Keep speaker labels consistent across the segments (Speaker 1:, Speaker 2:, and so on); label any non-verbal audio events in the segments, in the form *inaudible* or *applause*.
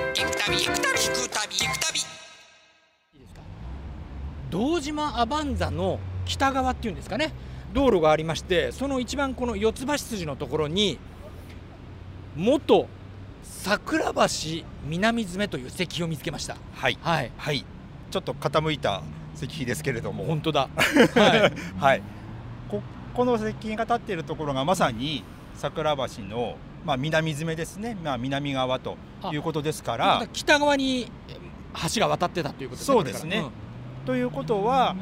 Speaker 1: 旅行く旅行く旅行く旅
Speaker 2: いいですか堂島アバンザの北側っていうんですかね道路がありましてその一番この四つ橋筋のところに元桜橋南詰という石碑を見つけました
Speaker 3: はい
Speaker 2: はい
Speaker 3: はいちょっと傾いた石碑ですけれども
Speaker 2: 本当だ、はい、
Speaker 3: はい、ここの石碑が立っているところがまさに桜橋の、まあ、南詰ですね、まあ、南側ということですか
Speaker 2: ま
Speaker 3: ら
Speaker 2: た。北側に橋が渡ってたということ
Speaker 3: そうです
Speaker 2: こ
Speaker 3: ね
Speaker 2: れか
Speaker 3: ということは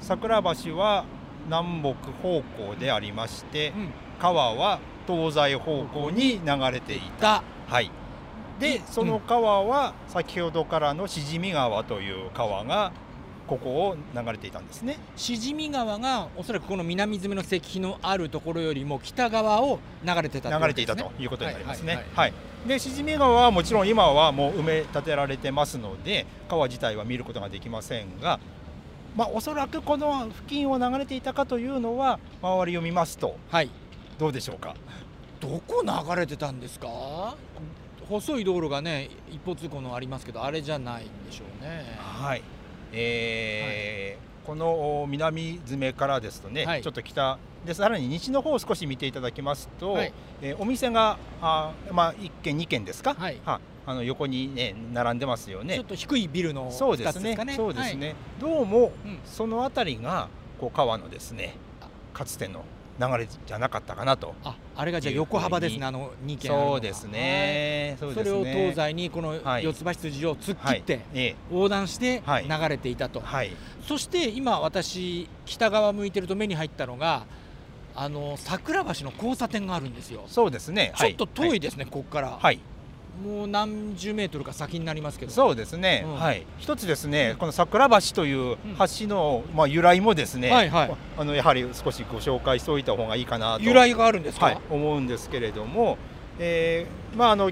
Speaker 3: 桜橋は南北方向でありまして
Speaker 2: らうんうん
Speaker 3: 川は東西方向に流れていた。
Speaker 2: だ
Speaker 3: はいでその川は先ほどからのしじみ川という川がここを流れていたんですね。
Speaker 2: しじみ川がおそらくこの南詰の石碑のあるところよりも北側を流れてた
Speaker 3: 流れていた
Speaker 2: ことで
Speaker 3: いうことになります
Speaker 2: は
Speaker 3: ね
Speaker 2: い。
Speaker 3: はい。で、しじみ川はもちろん今はもう埋め立てられてますので、川自体は見ることができませんが、まあおそらくこの付近を流れていたかというのは周りを見ますと
Speaker 2: すねはい
Speaker 3: どうでしょうか。
Speaker 2: どこ流れてたんですか細い道路がね一方通行のありますけどあれじゃないでしょうね
Speaker 3: はい。えーこの南詰からですとね、
Speaker 2: はい
Speaker 3: ちょっと北でさらに西の方を少し見ていただきますと、
Speaker 2: はい
Speaker 3: えーお店があーまあ一軒二軒ですか。
Speaker 2: はい
Speaker 3: はあの横にね並んでますよね。
Speaker 2: ちょっと低いビルの
Speaker 3: そうで
Speaker 2: 二
Speaker 3: す
Speaker 2: つ
Speaker 3: ね。
Speaker 2: かね
Speaker 3: そうです
Speaker 2: はい
Speaker 3: ね。どうも
Speaker 2: うん
Speaker 3: そのあたりがこう川のですね
Speaker 2: あ、
Speaker 3: かつての流れじゃなかったかなと。
Speaker 2: ああれがじゃあ横幅ですねあの2軒あるのが
Speaker 3: そうですね。
Speaker 2: は
Speaker 3: う
Speaker 2: い
Speaker 3: で
Speaker 2: そ
Speaker 3: す
Speaker 2: れを
Speaker 3: ね
Speaker 2: 東西にこの
Speaker 3: はい
Speaker 2: 四つ橋筋を突っ
Speaker 3: は
Speaker 2: 切っ
Speaker 3: い
Speaker 2: て。
Speaker 3: え
Speaker 2: 横断して
Speaker 3: はい
Speaker 2: 流れていたと、
Speaker 3: えはい。
Speaker 2: そして今私北側向いてると目に入ったのがあの桜橋の交差点があるんですよ
Speaker 3: そうですね。
Speaker 2: ちょっと遠い
Speaker 3: で
Speaker 2: ですね、ここから、
Speaker 3: はい。
Speaker 2: もう何十メートルか先になりますけど
Speaker 3: そうですね。
Speaker 2: うん
Speaker 3: はい。一つです
Speaker 2: う
Speaker 3: ね
Speaker 2: ん、
Speaker 3: この桜橋という橋のまあ由来もですね、
Speaker 2: はいはい
Speaker 3: あのやはり少しご紹介しておいた方がいいかなと。
Speaker 2: 由来があるんですか、
Speaker 3: はい、思うんですけれども、えーまああの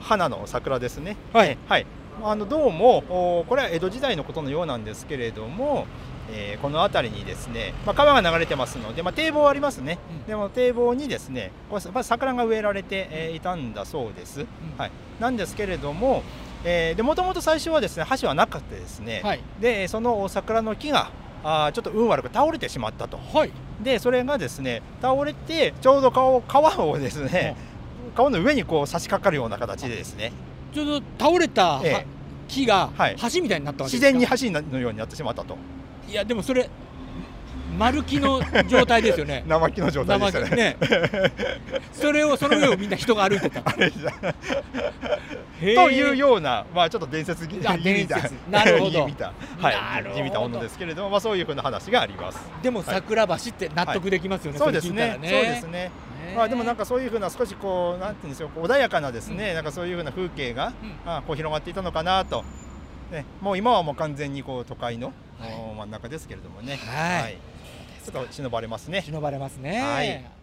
Speaker 3: 花の桜ですね。
Speaker 2: はい
Speaker 3: はい。あのどうもおこれは江戸時代のことのようなんですけれども、えーこの辺りにですね、まあ川が流れてますので、まあ堤防ありますね。
Speaker 2: うん
Speaker 3: でも堤防にですね、これまあ桜が植えられて、えーいたんだそうです。
Speaker 2: うん
Speaker 3: はい。なんですけれども、えーで元々最初はですね橋はなかったですね。
Speaker 2: はい
Speaker 3: でその桜の木があーちょっと運悪く倒れてしまったと。
Speaker 2: はい
Speaker 3: でそれがですね倒れてちょうど川を川をですね、川の上にこう差し掛かるような形でですね
Speaker 2: ちょっと倒れたは、
Speaker 3: ええ
Speaker 2: 木が
Speaker 3: はい
Speaker 2: 橋みたいになったわけ
Speaker 3: 自
Speaker 2: ですか
Speaker 3: 然に橋のようになってしまったと
Speaker 2: いやでもそれ丸木の状態ですよ
Speaker 3: *laughs*
Speaker 2: ね
Speaker 3: 生木の状態でした
Speaker 2: 生木
Speaker 3: ね。
Speaker 2: ね
Speaker 3: *laughs*
Speaker 2: それをその上をみんな人が歩いてた
Speaker 3: あれじゃ
Speaker 2: へえ
Speaker 3: *laughs* というような、まあ、ちょっと伝説ぎ
Speaker 2: あ
Speaker 3: じみた
Speaker 2: 伝説なるほど
Speaker 3: じみたはい
Speaker 2: なるほど
Speaker 3: じみたものですけれども、まあ、そういうふうな話があります。
Speaker 2: でも桜橋って納得できますよね、
Speaker 3: そう
Speaker 2: れ
Speaker 3: です
Speaker 2: 聞いた
Speaker 3: ね
Speaker 2: ら
Speaker 3: そうですね、
Speaker 2: ね
Speaker 3: まあ、でもなんかそういうふうな少しこうなんていうんでしょうこう穏やかなですね、
Speaker 2: う
Speaker 3: なんかそういうふうな風景が、
Speaker 2: うん
Speaker 3: あこう広がっていたのかなと、ね、もう今はもう完全にこう都会の、
Speaker 2: はい
Speaker 3: お真ん中ですけれどもね、
Speaker 2: はい
Speaker 3: ちょっと忍ばれますね。
Speaker 2: 忍ばれますね、
Speaker 3: はい